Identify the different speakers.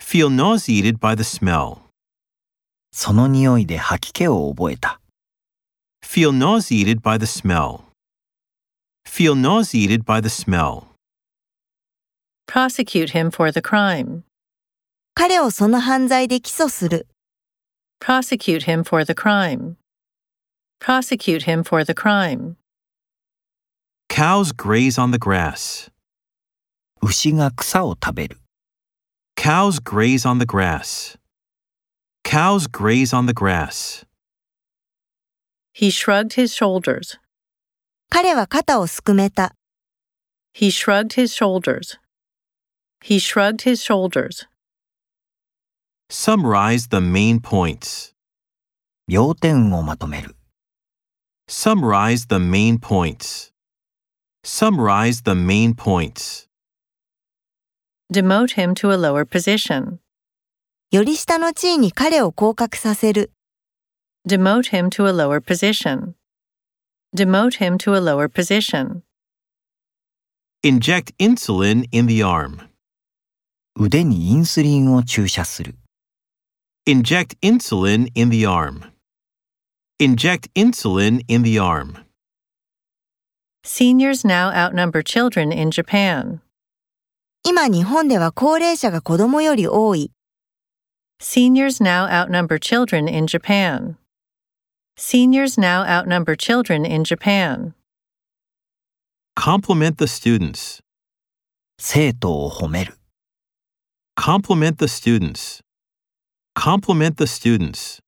Speaker 1: feel nauseated by the smell.
Speaker 2: その匂いで吐き気を覚えた。
Speaker 1: Feel nauseated by the smell. Feel nauseated by the smell.
Speaker 3: prosecute him for the crime,
Speaker 4: 彼をその犯罪で起訴する。
Speaker 3: prosecute him for the crime, prosecute him for the crime,
Speaker 1: Cows graze on the grass.
Speaker 2: 牛が草を食べる。
Speaker 1: Cows graze on the grass. Cows graze on the grass.
Speaker 3: he shrugged his shoulders,
Speaker 4: 彼は肩をすくめた。
Speaker 3: he shrugged his shoulders, he shrugged his shoulders,
Speaker 1: Summarize the main points.
Speaker 2: 要点をまとめる。
Speaker 1: Summarize the main points. Summarize the main points.
Speaker 3: demote him to a lower position,
Speaker 4: より下の地位に彼を降格させる。
Speaker 3: demote him to a lower position, demote him to a lower position,
Speaker 1: Inject insulin in the arm.
Speaker 2: 腕にインスリンを注射する。
Speaker 1: Inject insulin in the arm. Inject insulin in the arm.
Speaker 3: seniors now outnumber children in Japan.
Speaker 4: 今日本では高齢者が子供より多い。
Speaker 3: Seniors now outnumber children in Japan. Seniors now outnumber children in Japan.
Speaker 1: Compliment the students.
Speaker 2: 生徒を褒める。
Speaker 1: Compliment the students. Compliment the students.